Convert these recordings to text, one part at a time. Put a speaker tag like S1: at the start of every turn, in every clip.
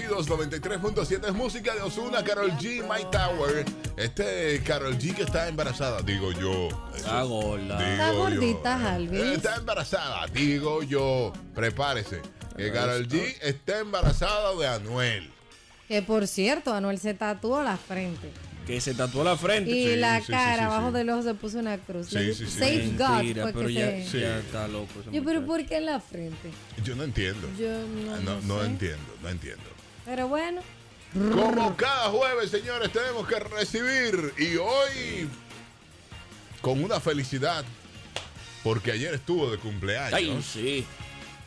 S1: Bienvenidos, 93.7 es música de Osuna, Carol G, My Tower. Este Carol G que está embarazada, digo yo.
S2: Está gorda.
S1: Digo
S3: Está
S1: yo.
S3: gordita, Alvis.
S1: Eh, Está embarazada, digo yo. Prepárese. Que Carol G está embarazada de Anuel.
S3: Que por cierto, Anuel se tatuó la frente.
S2: Que se tatuó la frente.
S3: Y
S1: Sí,
S3: la
S1: sí, sí,
S3: cara,
S1: sí,
S3: abajo
S1: sí.
S3: del ojo se puso una cruz.
S1: Sí,
S3: Le-
S1: sí, sí.
S3: Save God.
S2: Mentira,
S3: fue
S2: pero
S3: que
S2: ya,
S3: se-
S2: ya está loco. ese
S3: Yo, pero
S2: muchacho.
S3: ¿por qué en la frente?
S1: Yo no entiendo.
S3: Yo no,
S1: Ah, no,
S3: no
S1: no
S3: sé.
S1: entiendo, no entiendo.
S3: Pero bueno,
S1: Como cada jueves, señores, tenemos que recibir. Y hoy, con una felicidad, porque ayer estuvo de cumpleaños.
S2: Ay, sí.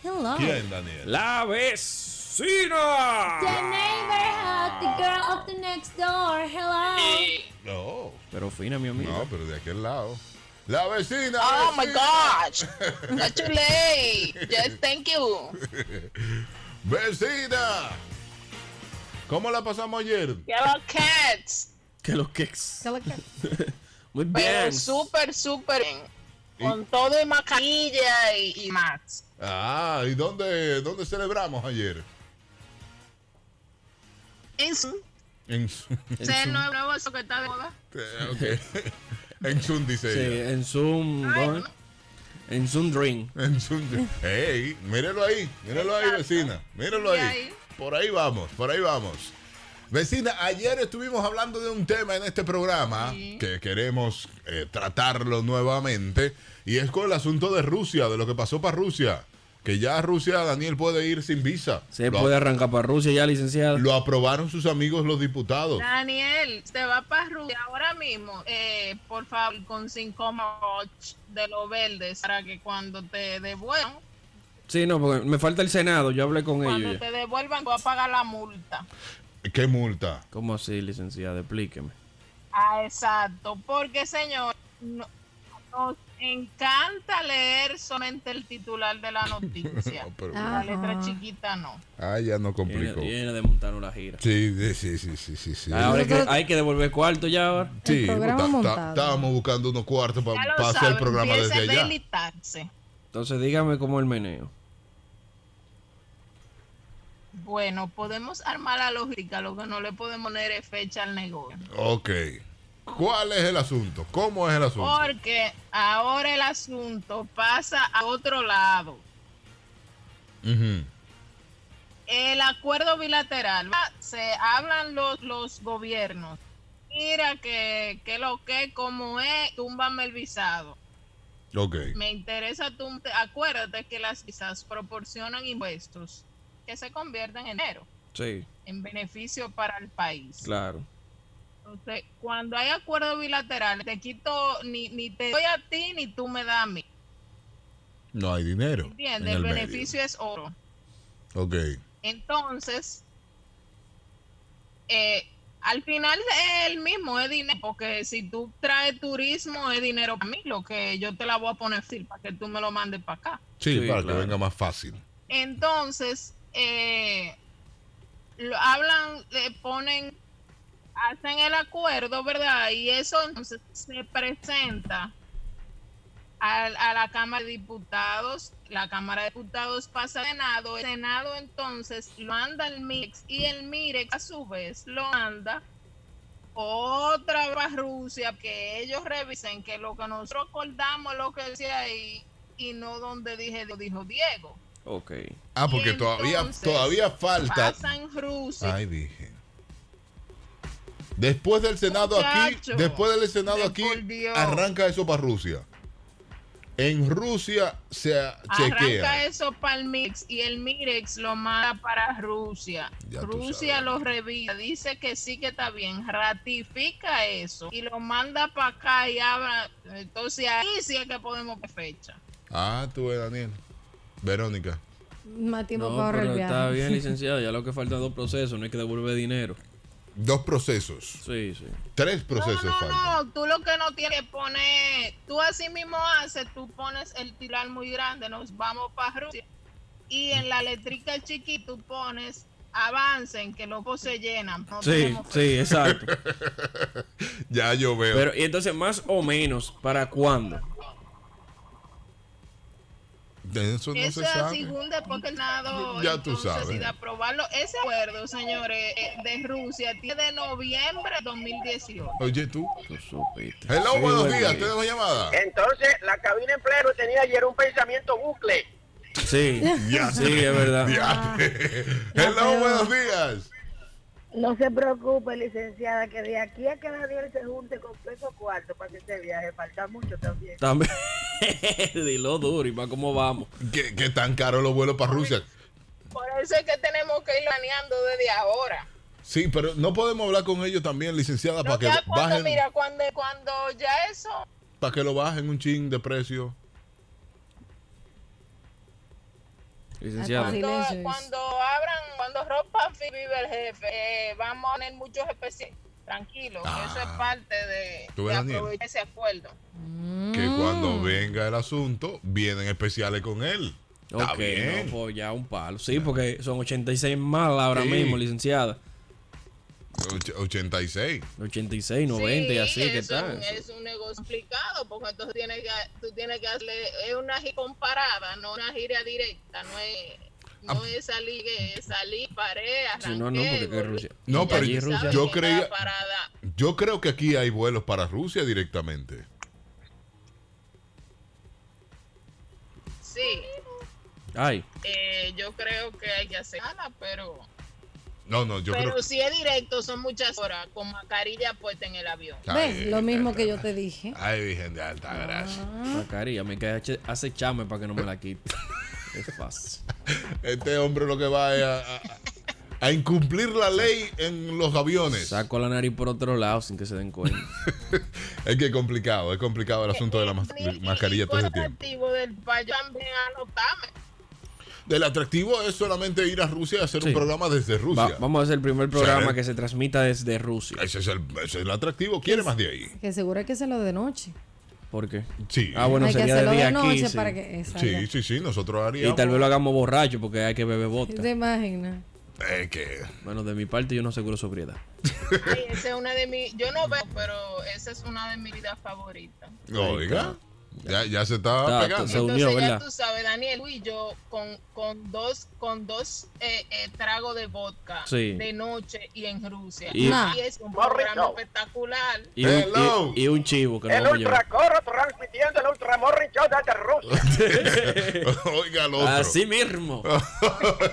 S3: hello.
S1: ¿Quién, Daniel?
S2: La vecina.
S3: neighborhood, the girl of the next door, hello.
S1: No,
S2: Pero fina, mi amigo.
S1: no, pero de aquel lado. La vecina.
S4: Oh my
S1: vecina.
S4: gosh! Not too late. Yes, thank you.
S1: Vecina. ¿Cómo la pasamos ayer?
S4: Hello, cats.
S2: Que los queques. Muy
S4: Pero
S2: bien.
S4: súper, súper bien. Con todo y mascarilla y, y más.
S1: Ah, ¿y dónde, dónde celebramos ayer?
S4: En su,
S1: En Zoom.
S4: ese nuevo, nuevo eso que está de moda.
S1: Ok. en Zoom, dice
S2: Sí,
S1: ella.
S2: en Zoom. ¿cómo es? En Zoom Drink.
S1: En Zoom. Ey, mírelo ahí, mírelo ahí, vecina. Mírelo
S4: Mira
S1: ahí.
S4: ahí.
S1: Por ahí vamos, por ahí vamos. Vecina, ayer estuvimos hablando de un tema en este programa que queremos eh, tratarlo nuevamente y es con el asunto de Rusia, de lo que pasó para Rusia. Que ya Rusia, Daniel, puede ir sin visa.
S2: Se
S1: lo,
S2: puede arrancar para Rusia ya, licenciado.
S1: lo aprobaron sus amigos los diputados.
S4: Daniel, te va para Rusia ahora mismo. Eh, por favor, con 5,8 de los verdes para que cuando te devuelvan,
S2: Sí, no, porque me falta el Senado. Yo hablé con
S4: cuando
S2: ellos ya.
S4: te devuelvan, vas a pagar la multa.
S1: ¿Qué multa?
S2: ¿Cómo así, licenciado? Explíqueme.
S4: Ah, exacto, porque señor, no- nos encanta leer solamente el titular de la noticia.
S1: No, pero-
S4: La letra
S3: Ajá.
S4: chiquita no.
S1: Ah, ya no
S2: Viene,
S1: complicó.
S2: viene de montar una gira.
S1: Sí, sí, sí, sí, sí, sí, sí.
S2: Ahora hay que, hay que devolver cuarto ya ahora.
S1: Sí,
S3: El programa
S1: ta- ta-
S3: montado.
S1: estábamos buscando unos cuartos para
S4: Ya lo
S1: hacer el
S4: saben,
S1: programa desde
S4: empiecen a
S1: allá.
S4: delitarse.
S2: Entonces dígame cómo el meneo.
S4: Bueno, podemos armar la lógica, lo que no le podemos poner es fecha al negocio.
S1: Ok. ¿Cuál es el asunto? ¿Cómo es el asunto?
S4: Porque ahora el asunto pasa a otro lado.
S1: Ujú.
S4: El acuerdo bilateral, va, se hablan los, los gobiernos. Mira que, que lo que, como es, túmbame el visado.
S1: Ok.
S4: Me interesa tu... Acuérdate que las visas proporcionan impuestos que se convierten en dinero,
S2: Sí,
S4: en beneficio para el país.
S2: claro.
S4: Entonces, cuando hay acuerdos bilaterales, te quito, ni, ni te doy a ti, ni tú me das a mí.
S1: No hay dinero. en
S4: ¿Entiendes? El,
S1: medio.
S4: beneficio es oro.
S1: Ok.
S4: Entonces, eh, al final es el mismo, es dinero, porque si tú traes turismo, es dinero para mí, lo que yo te la voy a poner fácil para que tú me lo mandes para acá.
S1: Sí,
S2: Sí,
S1: para
S2: claro.
S1: que venga más fácil.
S4: Entonces, eh, lo- hablan, le ponen, hacen el acuerdo, ¿verdad? Y eso entonces se presenta al- a, la Cámara de Diputados, la Cámara de Diputados pasa al Senado, el Senado entonces lo manda al MIREX y el MIREX a su vez lo manda otra vez a Rusia, que ellos revisen que lo que nosotros acordamos, lo que decía ahí, y no donde dije, dijo Diego.
S2: Ok.
S1: Ah,
S4: Y
S1: porque todavía,
S4: entonces,
S1: todavía falta.
S4: Pasa en Rusia.
S1: Ay, dije. Después del Senado
S4: Muchacho.
S1: aquí, después del Senado
S4: De
S1: aquí,
S4: por Dios.
S1: arranca eso para Rusia. En Rusia se
S4: Arranca
S1: chequea.
S4: eso para el Mix y el Mirex lo manda para Rusia.
S1: Ya tú
S4: Rusia
S1: sabes.
S4: lo revisa, dice que sí que está bien, ratifica eso y lo manda para acá y habla. Entonces ahí sí es que podemos poner fecha.
S1: Ah, tú ves, Daniel. Verónica.
S3: Más tiempo
S2: No,
S3: para ahorrar
S2: pero
S3: el
S2: está
S3: viaje.
S2: bien, licenciado. Ya lo que falta es dos procesos, no hay que devolver dinero.
S1: Dos procesos.
S2: Sí, sí.
S1: Tres procesos
S4: no,
S1: faltan.
S4: no, no, tú lo que no tienes que poner, tú así mismo haces, tú pones el tirar muy grande, nos vamos para Rusia y en la eléctrica chiquita tú pones avancen, que los se llenan. no
S2: Sí,
S4: tenemos
S2: sí, exacto.
S1: Ya yo veo.
S2: Pero, y entonces, más o menos, ¿para cuándo?
S1: De eso no
S4: Eso
S1: se sabe.
S4: según después que el Senado
S1: Ya tú
S4: entonces,
S1: sabes.
S4: decida aprobarlo, ese acuerdo, señores, eh, de Rusia tiene de noviembre de 2018.
S1: Oye tú.
S2: Tú supiste.
S1: Hello,
S2: Sí,
S1: buenos
S2: buen
S1: días.
S2: día.
S1: Tenemos llamada.
S5: Entonces, la cabina en pleno tenía ayer un pensamiento bucle.
S2: Sí,
S1: Ya.
S2: sí, es verdad.
S4: Ah.
S1: Ya. Hello, buenos días.
S6: No se preocupe, licenciada, que de aquí a que Daniel se junte con peso cuarto para que este viaje falta mucho también.
S2: También. Dilo duro y va cómo vamos.
S1: ¿Qué, qué tan caro los vuelos para Rusia?
S4: Por eso es que tenemos que ir planeando desde ahora.
S1: Sí, pero no podemos hablar con ellos también, licenciada, para
S4: No,
S1: que
S4: ya cuando,
S1: Ah, bajen,
S4: mira, cuando, cuando ya eso,
S1: para que lo bajen un chin de precio.
S2: Licenciado.
S3: Ay,
S4: cuando,
S3: Silencio es.
S4: cuando abran, cuando ropa vive el jefe, eh, vamos a poner muchos especiales. Tranquilo, que
S1: Ah.
S4: eso es parte de,
S1: ¿Tú ves,
S4: de
S1: Daniel?
S4: aprovechar ese acuerdo.
S1: Que
S2: Mm.
S1: cuando venga el asunto, vienen especiales con él. Está
S2: Ok,
S1: bien.
S2: no, pues ya un palo. Sí, porque son 86 más ahora
S1: Sí.
S2: mismo, licenciada.
S1: Och- 86.
S2: 86, 90 y así, ¿qué
S4: es
S2: tal?
S4: Un, es un negocio complicado porque entonces tienes que, tú tienes que hacerle es una gira comparada, no una gira directa, no es,
S1: Ah.
S4: no es salir, que salir, paré,
S2: Si no, no, porque
S4: arranqué,
S2: que es
S4: volví.
S2: Rusia.
S1: No,
S2: Y
S1: pero
S2: allí
S1: yo-
S2: es
S4: Sabes
S2: Rusia.
S1: yo-
S4: que
S1: creía-
S4: cada parada-
S1: Yo creo que aquí hay vuelos para Rusia directamente.
S4: sí,
S2: Ay,
S4: eh, yo creo que hay que hacerla, pero,
S1: No, no, yo creo
S4: pero si es directo son muchas horas con mascarilla puesta en el avión.
S1: Ay,
S3: ¿Ves? Lo mismo que yo te dije.
S1: Ay, Virgen de Alta Gracia.
S2: mascarilla, me queda eche- acecharme para que no me la quite. es fácil.
S1: Este hombre lo que va es a, a- a incumplir la ley en los aviones.
S2: Saco la nariz por otro lado sin que se den cuenta.
S1: Es que es complicado, es complicado el asunto de la mas-
S4: Y- y-
S1: mascarilla
S4: y
S1: todo el
S4: cosas
S1: tiempo.
S4: activas del país también anotame.
S1: Del atractivo es solamente ir a Rusia y hacer un
S2: Sí.
S1: programa desde
S2: Va-
S1: Rusia. eh.
S2: vamos a hacer el primer programa
S1: ¿Sale?
S2: que se transmita desde Rusia.
S1: Ese es, el, ese es el atractivo. ¿Quiere más de ahí?
S3: Que seguro que se lo de noche.
S2: ¿Por qué?
S1: Sí.
S2: Ah, bueno,
S3: Hay que
S2: sería de
S3: hacerlo
S2: día
S3: de noche
S2: aquí. sí.
S3: para que. Exacto.
S1: Sí, sí, sí, nosotros
S2: Y
S1: haríamos.
S2: tal vez lo hagamos borracho porque hay que beber vodka.
S3: ¿Te imaginas?
S1: Eh, que-
S2: Bueno, de mi parte yo no aseguro sobriedad.
S4: Ay, esa es una de mis, yo no veo, pero esa es una de mis vidas favoritas.
S1: Oiga, ya, ya se
S2: Está,
S1: está pegando.
S2: Se está-
S4: Entonces
S2: unió,
S4: ya
S2: ¿verdad?
S4: tú sabes, Daniel y yo con, con dos con dos eh, eh, tragos de vodka
S2: Sí.
S4: de noche y en Rusia.
S2: Y-
S4: Y,
S3: Nah.
S4: es un
S5: Correcto.
S4: programa espectacular.
S2: Y un,
S1: Hello.
S2: y- y un chivo que nos
S5: El
S2: vamos a llevar.
S5: ultracorro transmitiendo el ultramorri show desde Rusia.
S1: Oiga, el otro. Ah.
S2: Así mismo.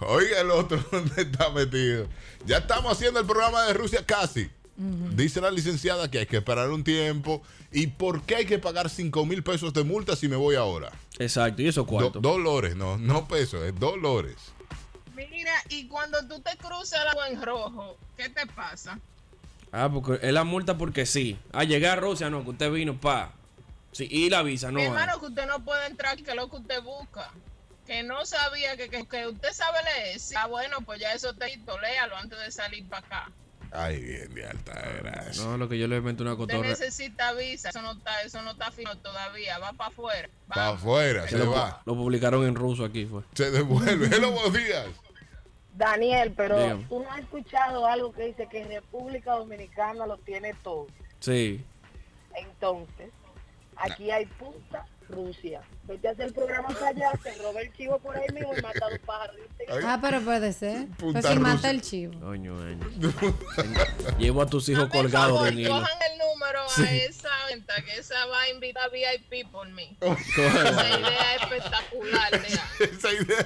S1: Oiga el otro, ¿dónde está metido? Ya estamos haciendo el programa de Rusia casi. Dice la licenciada que hay que esperar un tiempo. ¿Y por qué hay que pagar 5 mil pesos de multa si me voy ahora?
S2: Exacto, ¿y eso
S1: Do-
S2: cuánto?
S1: dolores, no, no pesos, es dolores.
S4: Mira, y cuando tú te cruzas el agua en rojo, ¿qué te pasa?
S2: Ah, porque es la multa porque sí. Ah, llegar a Rusia, no, que usted vino, pa. Sí, y la visa, no. ah.
S4: Mi
S2: hay.
S4: hermano, que usted no puede entrar, que es lo que usted busca. Que no sabía que, que, que usted sabe leer. Sí, Ah, bueno, pues ya eso te quito, léalo antes de salir para acá.
S1: Ay, bien de alta gracia.
S2: No, lo que yo le meto una
S4: Usted
S2: cotorra.
S4: necesita visa, eso no está, eso no está fino todavía, va para afuera.
S1: Para
S4: vamos.
S1: afuera, se
S2: Lo,
S1: va.
S2: lo publicaron en ruso aquí, fue.
S1: Se devuelve. Hello, buenos días.
S6: Daniel, pero
S2: Dígame.
S6: tú no has escuchado algo que dice que República Dominicana lo tiene todo.
S2: Sí.
S6: Entonces, aquí hay puta Rusia. Vete a hacer el programa para allá, te roba el chivo por ahí mismo y mata a los pajaritos.
S1: Ay,
S3: Ah, pero puede ser.
S1: Punta
S3: Pues si
S1: rusa.
S3: mata el chivo.
S2: Coño, año. Llevo a tus hijos
S4: Hazme el
S2: colgados
S4: favor,
S2: de hilo.
S4: pues, Cojan el número a esa venta, que esa va a invitar a VIP por mí.
S2: Cógelo
S4: Esa
S2: ahí.
S4: idea es espectacular, Lea.
S1: Esa idea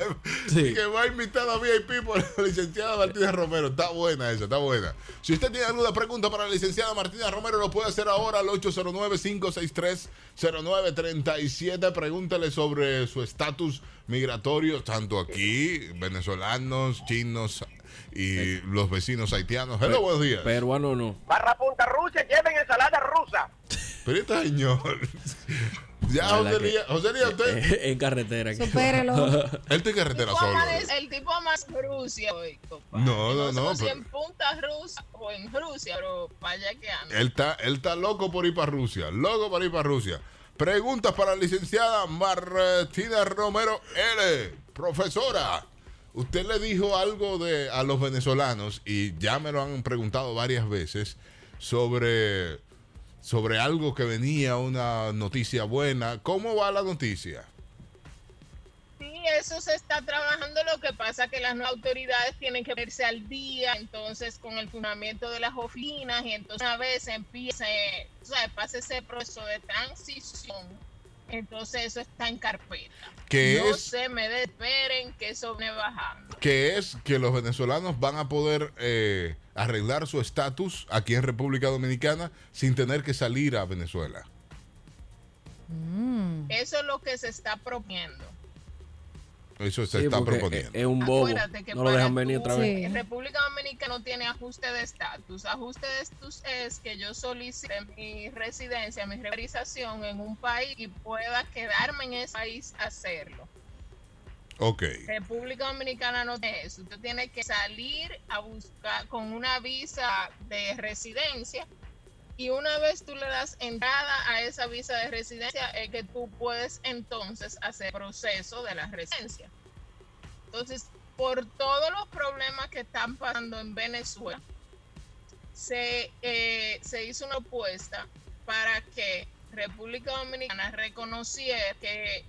S2: Sí.
S1: que va a invitar a VIP por la licenciada Martina Romero. Está buena esa, está buena. Si usted tiene alguna pregunta para la licenciada Martina Romero, lo puede hacer ahora al 809-563-0937. Pregúntele sobre su estatus migratorio, tanto aquí, venezolanos, chinos y los vecinos haitianos. Hello, buenos días.
S2: Peruano no.
S5: Barra punta Rusia, lleven ensalada rusa.
S1: Pero este señor. Ya,
S2: La
S1: José
S2: verdad que- eh,
S1: Lía, José Lía, usted.
S2: en carretera. aquí.
S3: Supérelo.
S1: Él está en carretera
S4: Tipo
S1: solo.
S4: amanece- el tipo más Rusia hoy, compa.
S1: No, no,
S4: sé
S1: no,
S4: Si
S1: pero-
S4: en Punta Rusia o en Rusia, pero vaya que anda.
S1: Él está, él está loco por ir para Rusia, loco por ir para Rusia. Preguntas para la licenciada Martina Romero L. Profesora, usted le dijo algo de, a los venezolanos y ya me lo han preguntado varias veces sobre, sobre algo que venía, una noticia buena. ¿Cómo va la noticia?
S4: eso se está trabajando, lo que pasa que las nuevas autoridades tienen que verse al día, entonces con el fundamento de las oficinas, y entonces una vez empiece, o sea, pase ese proceso de transición, entonces eso está en carpeta.
S1: Que
S4: no
S1: es-
S4: se me desesperen que eso me bajando.
S1: que es que los venezolanos van a poder eh, arreglar su estatus aquí en República Dominicana sin tener que salir a Venezuela.
S3: Mm,
S4: Eso es lo que se está proponiendo.
S1: Eso se
S2: Sí,
S1: está
S2: porque eh,
S1: proponiendo.
S2: Es es un bobo.
S4: Acuérdate que
S2: No lo dejan
S4: para
S2: venir
S4: tú-
S2: otra vez.
S4: En República Dominicana no tiene ajuste de estatus. Ajuste de estatus es que yo solicite mi residencia, mi regularización en un país y pueda quedarme en ese país a hacerlo.
S2: eh.
S1: ok.
S4: República Dominicana no tiene eso. Usted tiene que salir a buscar con una visa de residencia y una vez tú le das entrada a esa visa de residencia es que tú puedes entonces hacer el proceso de la residencia. Entonces, por todos los problemas que están pasando en Venezuela, se, eh, se hizo una apuesta para que República Dominicana reconociera que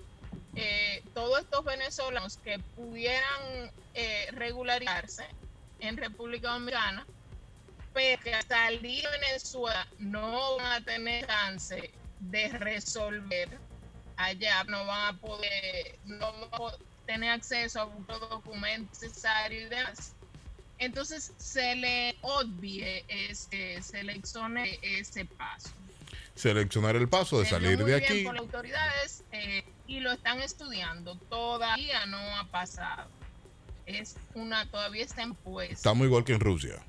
S4: eh, todos estos venezolanos que pudieran eh, regularizarse en República Dominicana, pero que al salir de Venezuela no van a tener chance de resolver allá, no van a poder, no van a po- tener acceso a los documentos necesarios y demás. Entonces se le odie, ese, se le exone ese paso
S1: Seleccionar el paso de
S4: se
S1: pues, salir
S4: vio muy
S1: de
S4: bien
S1: aquí.
S4: por las autoridades eh, y lo están estudiando. Todavía no ha pasado. Es una, todavía está en pues, puesta.
S1: Estamos igual que en Rusia.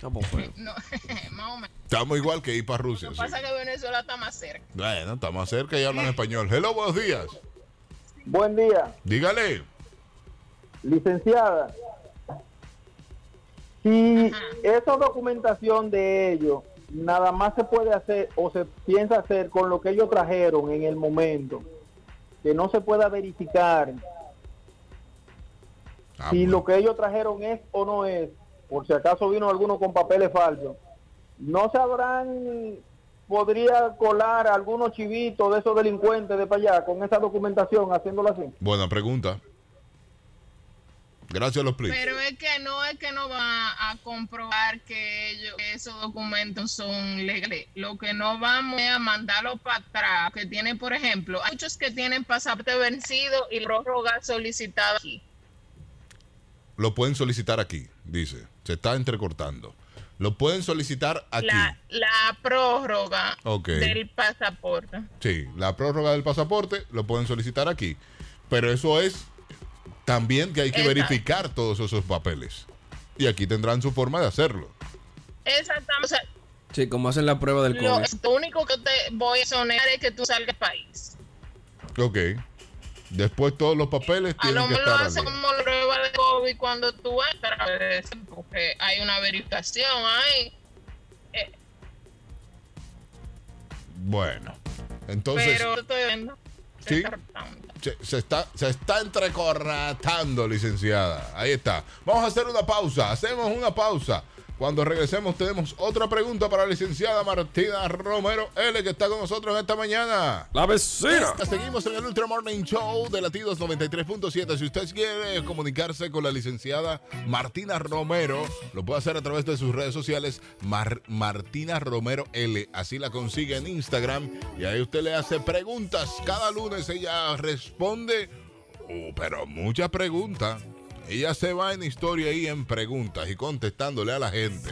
S2: Chapo feo.
S4: No, más o menos.
S1: Estamos igual que ir para Rusia.
S4: Lo
S1: sí.
S4: que pasa es que Venezuela está más cerca.
S1: Bueno, estamos cerca y hablan español. Hello, buenos días.
S5: Buen día,
S1: Dígale.
S5: licenciada. Si
S4: Ajá.
S5: esa documentación de ellos nada más se puede hacer o se piensa hacer con lo que ellos trajeron en el momento, que no se pueda verificar
S1: Ah,
S5: si
S1: bueno.
S5: lo que ellos trajeron es o no es, por si acaso vino alguno con papeles falsos, no sabrán, podría colar algunos chivitos de esos delincuentes de para allá con esa documentación, haciéndolo así.
S1: Buena pregunta. Gracias a los plis.
S4: Pero es que no es que no va a comprobar que, ellos, que esos documentos son legales. Lo que no vamos es a mandarlo para atrás. Que tienen, por ejemplo, hay muchos que tienen pasaporte vencido y prórroga solicitada aquí.
S1: Lo pueden solicitar aquí, dice. Se está entrecortando. Lo pueden solicitar aquí.
S4: La, la prórroga
S1: Ok.
S4: del pasaporte.
S1: Sí, la prórroga del pasaporte lo pueden solicitar aquí. Pero eso es también que hay que
S4: Exacto.
S1: verificar todos esos papeles. Y aquí tendrán su forma de hacerlo.
S4: Exactamente. O sea,
S2: Sí, como hacen la prueba del
S4: lo,
S2: COVID.
S4: lo único que te voy a exonerar es que tú salgas del país.
S1: Ok. Después todos los papeles
S4: A lo
S1: tienen que
S4: mejor lo
S1: estar al
S4: hacen
S1: día.
S4: como la prueba de COVID cuando tú entras, eh, porque hay una verificación ahí. Eh,
S1: Bueno. Entonces,
S4: pero estoy viendo.
S1: Sí. se, se está, se está entrecorratando, licenciada. Ahí está. Vamos a hacer una pausa. Hacemos una pausa. Cuando regresemos tenemos otra pregunta para la licenciada Martina Romero L, que está con nosotros esta mañana.
S2: La vecina.
S1: Seguimos en el Ultra Morning Show de Latidos 93.7. Si usted quiere comunicarse con la licenciada Martina Romero, lo puede hacer a través de sus redes sociales Mar- Martina Romero L. Así la consigue en Instagram y ahí usted le hace preguntas. Cada lunes ella responde, oh, pero muchas preguntas. Ella se va en historia y en preguntas y contestándole a la gente.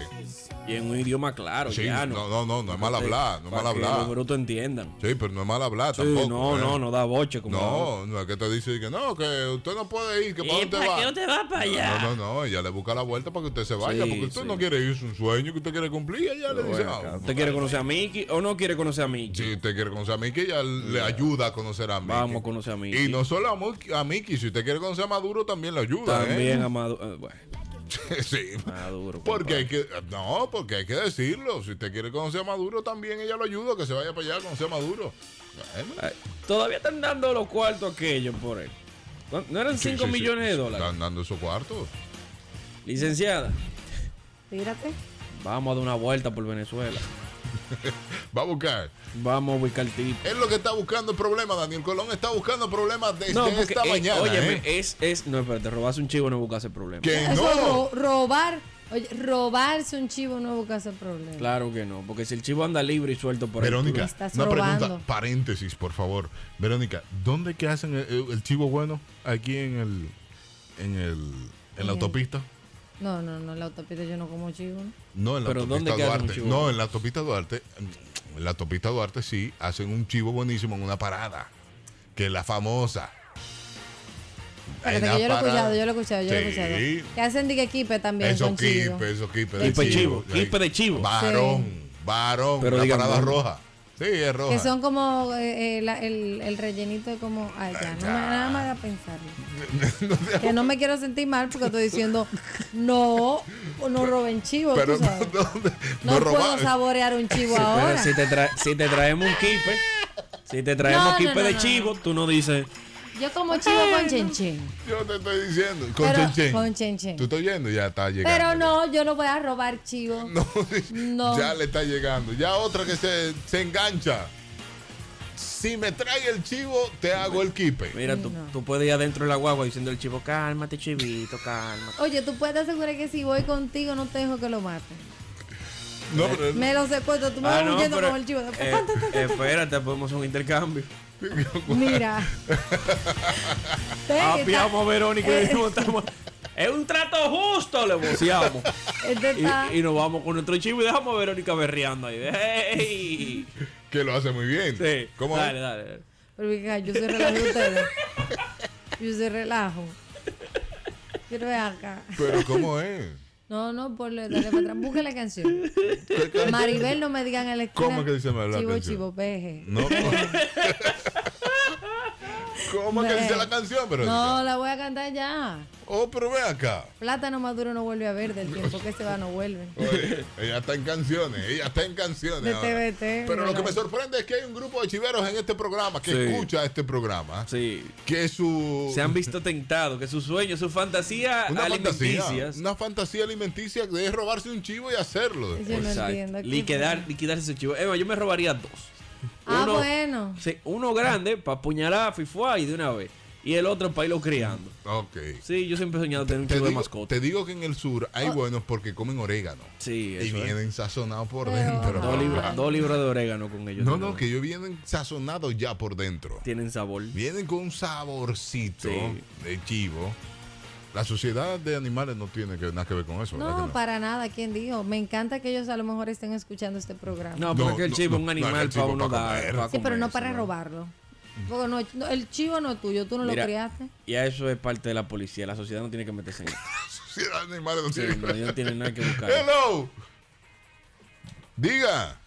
S2: Y en un idioma claro,
S1: Sí,
S2: ya
S1: no, no, no, no es mal hablar, no es mal
S2: Para que Los
S1: hablar.
S2: brutos entiendan.
S1: Sí, pero no es mal hablar
S2: Sí,
S1: tampoco.
S2: no,
S1: ¿eh?
S2: no, no da boche como
S1: No,
S2: ahora.
S1: no es que te dice que no, que usted no puede ir, que para
S2: pues,
S1: dónde va.
S2: vas para
S1: No, no, no, ella le busca la vuelta para que usted se vaya,
S2: Sí,
S1: porque usted
S2: sí.
S1: no quiere ir, es un sueño que usted quiere cumplir, ella le dice. ah,
S2: ¿Usted quiere conocer a Mickey o no quiere conocer a Mickey?
S1: Si usted quiere conocer a Mickey, ella le ayuda a conocer a Mickey.
S2: Vamos a conocer a Mickey.
S1: Y no solo a, Mu- a Mickey, si usted quiere conocer a Maduro, también le ayuda.
S2: También
S1: ¿eh?
S2: a Maduro. Bueno,
S1: sí.
S2: Maduro.
S1: Porque hay
S2: compadre.
S1: que, no, porque hay que decirlo. Si usted quiere conocer a Maduro, también ella lo ayuda, que se vaya para allá a conocer a Maduro. Bueno.
S2: Ay, Todavía están dando los cuartos aquellos por él. ¿No- ¿No eran
S1: Sí,
S2: 5
S1: sí, sí,
S2: millones de
S1: sí,
S2: dólares?
S1: Están dando esos cuartos.
S2: Licenciada,
S7: Fíjate.
S2: vamos a dar una vuelta por Venezuela.
S1: Va a buscar.
S2: Vamos a ubicar el tipo.
S1: Es lo que está buscando el problema, Daniel Colón está buscando problemas desde esta
S2: eh,
S1: mañana.
S2: óyeme,
S1: ¿eh?
S2: es, es. No, espérate, robarse un chivo no buscas el problema.
S1: Que
S3: Eso es
S1: no.
S3: ro- robar, oye, robarse un chivo no busca ese problema.
S2: Claro que no, porque si el chivo anda libre y suelto por ahí.
S1: Verónica,
S3: Me estás
S1: una pregunta,
S3: robando.
S1: paréntesis, por favor. Verónica, ¿dónde que hacen el, el chivo bueno? Aquí en el en el en
S3: En el-
S1: la autopista.
S3: No, no, no, en la autopista yo no como chivo. ¿no?
S1: No, en la
S2: Pero ¿dónde
S1: autopista
S2: que hacen un
S1: Duarte.
S2: chivo
S1: No,
S2: bueno?
S1: en la autopista Duarte. mm, En la autopista Duarte sí hacen un chivo buenísimo en una parada, que es la famosa.
S3: Espérate,
S1: En la
S3: que yo lo he
S1: parada.
S3: escuchado, yo lo he escuchado, yo lo he
S1: Sí.
S3: escuchado. Que hacen de que equipe también
S1: Eso
S3: con chivo.
S1: kipe, eso kipe
S2: Kipe chivo, kipe de chivo.
S1: Varón, varón,
S2: Pero
S1: la
S2: digan,
S1: parada
S2: bueno.
S1: roja. Sí, es roja.
S3: Que son como eh, eh, la- el, el rellenito de como... Ay, ya, no me, nada más a pensarlo.
S1: No te-
S3: Que no me quiero sentir mal porque estoy diciendo, no, no roben chivo,
S1: pero
S3: tú sabes.
S1: no, no-
S3: No,
S1: no
S3: puedo
S1: robar.
S3: saborear un chivo ahora.
S2: Pero si te, tra- si te traemos un kipe, si te traemos
S3: No, no,
S2: kipe
S3: no,
S2: de
S3: no.
S2: chivo, tú no dices.
S3: Yo como chivo con chenchen.
S1: Yo te estoy diciendo. Con
S3: Pero-
S1: Chen Chen.
S3: con Chen Chen.
S1: Tú estás yendo, ya está llegando.
S3: Pero no, yo no voy a robar chivo.
S1: No,
S3: No.
S1: Ya le está llegando. Ya otra que se, se engancha. Si me trae el chivo, te hago el kipe.
S2: Mira, tú, tú puedes ir adentro de la guagua diciendo al chivo, cálmate, chivito, cálmate.
S3: Oye, tú puedes asegurar que si voy contigo no te dejo que lo maten.
S1: No, pero-
S3: Me lo secuestro, tú me
S2: Ah,
S3: vas
S2: no,
S3: huyendo
S2: pero,
S3: con el chivo.
S2: eh, espérate, podemos hacer un intercambio.
S3: Mira. Ven,
S2: Apiamos Ah, a Verónica y le decimos, "Estamos- es un trato justo, le boceamos.
S3: este está-
S2: Y, y nos vamos con nuestro chivo y dejamos a Verónica berreando ahí. ¡Ey!
S1: que lo hace muy bien.
S2: Sí.
S1: ¿Cómo?
S2: Dale, dale. dale.
S3: Pero venga, yo soy relajo de ustedes. Yo soy relajo. Quiero ver acá.
S1: Pero ¿cómo es?
S3: No, no, ponle, dale para atrás. Busca la canción. Maribel, no me digan el esquina.
S1: ¿Cómo es que dice Maribel la
S3: Chivo,
S1: canción?
S3: chivo, peje.
S1: No. ¿Cómo que
S3: Ve.
S1: dice la canción, Verónica?
S3: No, la voy a cantar ya.
S1: Oh, pero ve acá.
S3: Plátano maduro no vuelve a ver, del tiempo que se va no vuelve.
S1: Oye, ella está en canciones, ella está en canciones.
S3: De
S1: ahora.
S3: TVT,
S1: Pero lo que
S3: ¿verdad?
S1: me sorprende es que hay un grupo de chiveros en este programa que
S2: Sí.
S1: escucha este programa.
S2: Sí.
S1: Que su.
S2: Se han visto tentados, que su sueño, su fantasía
S1: una fantasía.
S2: alimenticias.
S1: Una fantasía alimenticia de robarse un chivo y hacerlo.
S3: Yo no
S2: Exacto.
S3: entiendo. ¿qué
S2: Liquidar, liquidar ese chivo. Emma, yo me robaría dos.
S3: fue? Ah, bueno.
S2: sí, uno grande para apuñalar a y de una vez. Y el otro para irlo criando.
S1: Ok.
S2: Sí, yo siempre he soñado tener un
S1: Te
S2: chivo de
S1: digo,
S2: mascota.
S1: te digo que en el sur hay
S3: Oh.
S1: buenos porque comen orégano.
S2: Sí,
S1: Y
S2: eso es.
S1: vienen sazonados por
S3: Pero-
S1: dentro.
S2: Dos, libras,
S3: Ay.
S2: dos libras de orégano con ellos.
S1: No,
S2: de
S1: no,
S2: nuevo.
S1: que ellos vienen sazonados ya por dentro.
S2: Tienen sabor.
S1: Vienen con un saborcito
S2: Sí.
S1: de chivo. La sociedad de animales no tiene que, nada que ver con eso. ¿verdad que
S3: No, para nada, ¿quién dijo? Me encanta que ellos a lo mejor estén escuchando este programa.
S2: No,
S1: No,
S2: porque el
S1: no,
S2: chivo es
S1: no,
S2: un
S1: no,
S2: animal
S1: el chivo
S2: para uno
S1: pa'
S2: dar.
S1: comer.
S2: pa'
S3: sí, pero no
S2: comerse,
S3: para
S2: ¿no?
S3: robarlo. Porque no, no, el chivo no es tuyo, tú no
S2: Mira,
S3: lo criaste.
S2: Y a eso es parte de la policía. La sociedad no tiene que meterse en eso.
S1: La sociedad de animales no
S2: Sí,
S1: tiene
S2: no, ellos no tienen nada que buscar.
S1: Hello. Diga.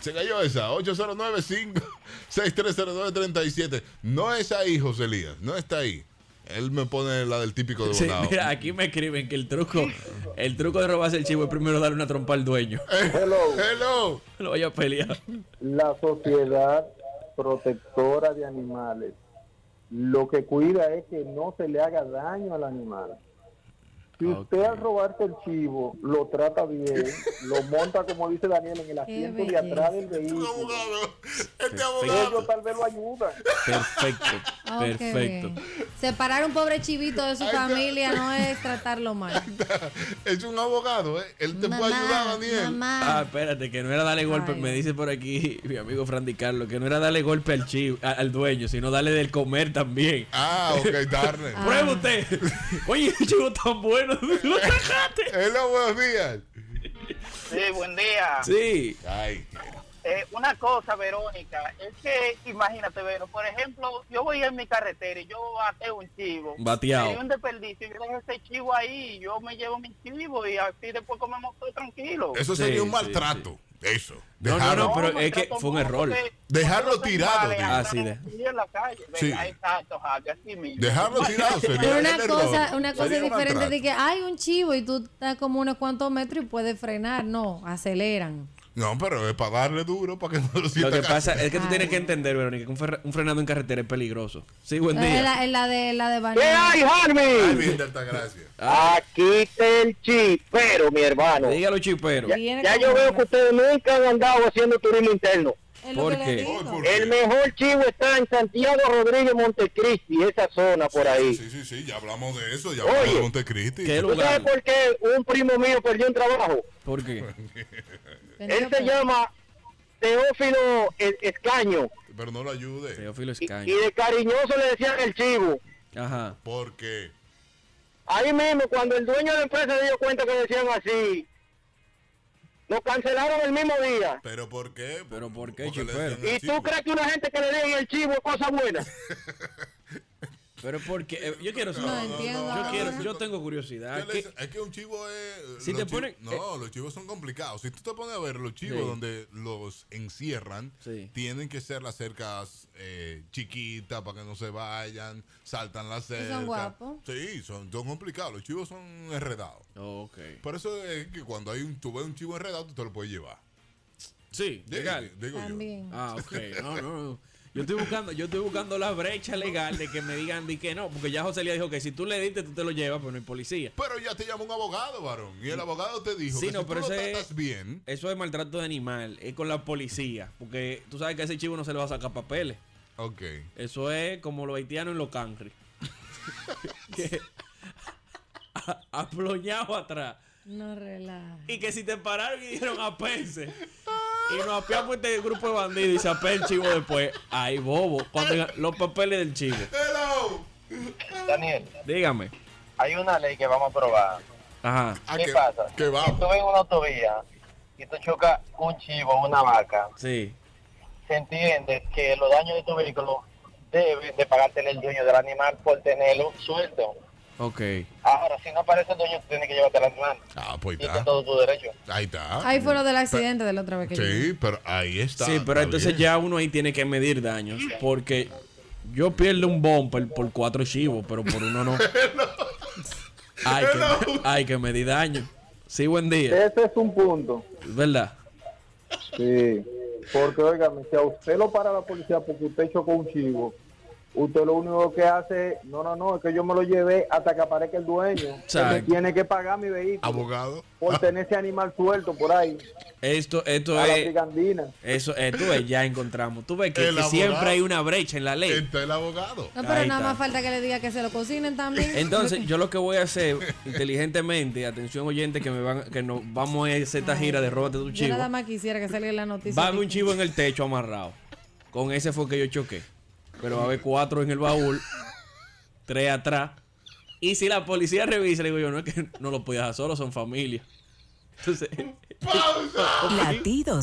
S1: Se cayó esa. 809-5-6309-37. No es ahí, José Elías. No está ahí. Él me pone la del típico de
S2: Sí,
S1: volado.
S2: mira, aquí me escriben que el truco, el truco de robarse el chivo es primero darle una trompa al dueño.
S5: Hello.
S1: Hello.
S2: Lo vaya a pelear.
S5: La sociedad protectora de animales lo que cuida es que no se le haga daño al animal. Si usted al robarse el chivo lo trata bien, lo monta como dice Daniel en el asiento de atrás del
S1: Un
S5: vehículo,
S1: abogado. Este
S5: ellos
S1: abogado.
S5: tal vez lo ayudan.
S2: Perfecto,
S3: Ah, ok,
S2: perfecto.
S3: bien. Separar un pobre chivito de su
S1: Ahí está.
S3: familia no es tratarlo mal.
S1: Es un abogado, ¿eh? Él te puede ayudar,
S3: Mamá,
S1: Daniel.
S2: Ah,
S3: mamá.
S2: espérate, que no era darle golpe.
S3: Ay.
S2: Me dice por aquí mi amigo Frandy Carlos que no era darle golpe al chivo, a- al dueño, sino darle del comer también.
S1: Ah, ok, darle.
S3: Ah.
S2: Prueba usted. Oye, el chivo tan bueno, lo sacaste.
S1: Hello, buenos días.
S6: Sí, buen día.
S2: Sí,
S1: Ay,
S6: Eh, una cosa, Verónica, es que imagínate, Vero, por ejemplo, yo voy en mi carretera y yo bateo un chivo.
S2: Bateado.
S6: Sería un desperdicio. Yo dejo ese chivo ahí, yo me llevo mi chivo y así después comemos todo tranquilo.
S1: eso
S2: Sí,
S1: sería un
S2: sí,
S1: maltrato. Eso.
S2: No,
S1: Dejarlo.
S2: no, pero
S6: me
S2: es que
S6: trato
S2: fue un
S6: mucho
S2: error.
S6: porque-
S1: Dejarlo
S6: porque los
S1: tirado,
S6: animales
S1: tío.
S2: Ah, sí,
S6: andan
S2: de-
S6: así en la calle,
S1: Sí.
S6: ¿verdad? Exacto, Jaque, así mismo.
S1: Dejarlo tirado sería
S3: Pero una
S1: el error.
S3: cosa, una cosa
S1: Sería un
S3: diferente
S1: maltrato.
S3: de que hay un chivo y tú estás como unos cuantos metros y puedes frenar. No, aceleran.
S1: No, pero es para darle duro, para que no lo sienta
S2: Lo que
S1: acá.
S2: pasa es que tú
S3: Ay.
S2: tienes que entender, Verónica, que un, fer- un frenado en carretera es peligroso. Sí, buen
S3: Eh,
S2: día.
S3: la, eh, la de la de
S5: ¿Qué
S3: Vanilla.
S5: hay,
S1: Ay,
S5: Harvey? Ah.
S1: bien, gracias.
S5: Aquí está el chipero, mi hermano.
S2: Dígalo, chipero.
S5: Ya,
S3: Viene
S5: ya
S3: con
S5: yo veo
S3: ganas.
S5: que ustedes nunca han andado haciendo turismo interno.
S3: Es lo
S2: ¿Por
S3: que le
S2: qué?
S3: digo.
S1: Oh, ¿por qué?
S5: El mejor chivo está en Santiago Rodríguez, Montecristi, esa zona por ahí.
S1: Sí, sí, sí, ya hablamos de eso, ya hablamos
S5: Oye.
S1: de Montecristi.
S2: ¿Qué
S5: ¿Tú sabes
S2: lugar?
S5: por qué un primo mío perdió un trabajo?
S2: ¿Por qué?
S5: Él
S3: Bendito
S5: se
S3: Pedro.
S5: llama Teófilo E- Escaño
S1: Pero no lo ayude.
S2: Teófilo
S5: y,
S2: Escaño.
S5: y de cariñoso le decían el chivo.
S2: Ajá.
S1: Porque
S5: Ahí mismo, cuando el dueño de la empresa se dio cuenta que decían así, lo cancelaron el mismo día.
S1: ¿Pero por qué?
S2: ¿Pero por qué,
S1: Porque le
S2: chipero?
S1: decían el
S5: ¿Y tú
S1: chivo.
S5: crees que una gente que le diga el chivo es cosa buena?
S2: Pero porque eh, yo quiero
S3: No
S2: saber.
S3: entiendo.
S2: yo,
S3: ahora.
S2: quiero, yo tengo
S1: ¿Qué
S2: curiosidad.
S1: le
S2: ¿Qué-
S1: dicen? Es que un chivo es.
S2: Ah, Si
S1: los
S2: te
S1: chi-
S2: ponen- eh,
S1: No, los chivos son complicados. Si tú te pones a ver los chivos
S2: Sí.
S1: donde los encierran,
S2: Sí.
S1: tienen que ser las cercas eh, chiquitas para que no se vayan, saltan las
S3: son
S1: cercas.
S3: guapos.
S1: Sí, son, son complicados. Los chivos son enredados.
S2: Ok.
S1: Por eso es que cuando hay un, tú ves un chivo enredado, tú te lo puedes llevar.
S2: Sí,
S1: Digo-
S2: legal.
S1: Digo yo.
S3: También.
S2: Ah, ok. No, no, no. Yo estoy buscando, yo estoy buscando la brecha legal de que me digan de que no, porque ya José Lía dijo que si tú le diste, tú te lo llevas, pero no hay policía.
S1: Pero ya te llama un abogado, varón. Y el abogado te dijo
S2: Sí,
S1: que
S2: no,
S1: si tú
S2: pero
S1: lo
S2: ese-
S1: tratas bien,
S2: Eso es maltrato de animal, es con la policía, porque tú sabes que a ese chivo no se le va a sacar papeles.
S1: ok.
S2: Eso es como los haitianos en los cangri. que a- aploñado atrás.
S3: No relaja.
S2: Y que si te pararon y dijeron apense. Y nos apiamos este grupo de bandidos y se apea el chivo después. Ay, bobo. Cuando digan los papeles del chivo.
S1: ¡Hello!
S7: Daniel,
S2: Dígame.
S7: hay una ley que vamos a aprobar.
S2: Ajá.
S1: ¿A
S7: ¿Qué pasa?
S1: ¿Qué
S7: Si tú
S1: Ah, vamos?
S7: ves una autovía y tú chocas un chivo o una vaca,
S2: Sí.
S7: se entiende que los daños de tu vehículo deben de pagártelo el dueño del animal por tenerlo suelto.
S2: Ok.
S7: Ahora, si no aparece el dueño, tú tienes que llevarte el animal.
S1: Ah, pues
S7: Y este es
S1: está.
S7: todo tu derecho.
S1: Ahí está.
S3: Ahí fue lo del accidente de la otra vez que yo.
S1: Sí, pero ahí está.
S2: Sí, pero
S1: está
S2: entonces
S1: bien.
S2: ya uno ahí tiene que medir daños. Porque yo pierdo un bumper por cuatro chivos, pero por uno no. Hay que, hay que medir daño. Sí, buen día.
S5: Ese es un punto.
S2: ¿Verdad?
S5: Sí, porque óigame, si a usted lo para la policía porque usted chocó un chivo, usted lo único que hace, no, no, no, es que yo me lo llevé hasta que aparezca el dueño.
S2: Exacto.
S5: Que tiene que pagar mi vehículo
S1: Abogado.
S5: por tener ese animal suelto por ahí,
S2: Esto, esto
S5: a la
S2: es.
S5: brigandina.
S2: Eso, eh, tú ves, ya encontramos. Tú ves que,
S1: El
S2: que siempre
S1: abogado.
S2: hay una brecha en la ley.
S1: Está el abogado.
S3: No,
S2: Ahí
S3: pero nada
S2: está.
S3: más falta que le diga que se lo cocinen también.
S2: Entonces, yo lo que voy a hacer inteligentemente, atención oyente, que me van, que nos vamos a hacer esta gira de róbate tu
S3: Yo
S2: chivo.
S3: nada más quisiera que salga en la noticia.
S2: Va a haber un
S3: aquí.
S2: chivo en el techo amarrado. Con ese fue que yo choqué. Pero va a haber cuatro en el baúl, tres atrás. Y si la policía revisa, le digo yo, no es que no lo podías dejar solo, son familia. Entonces,
S8: Latidos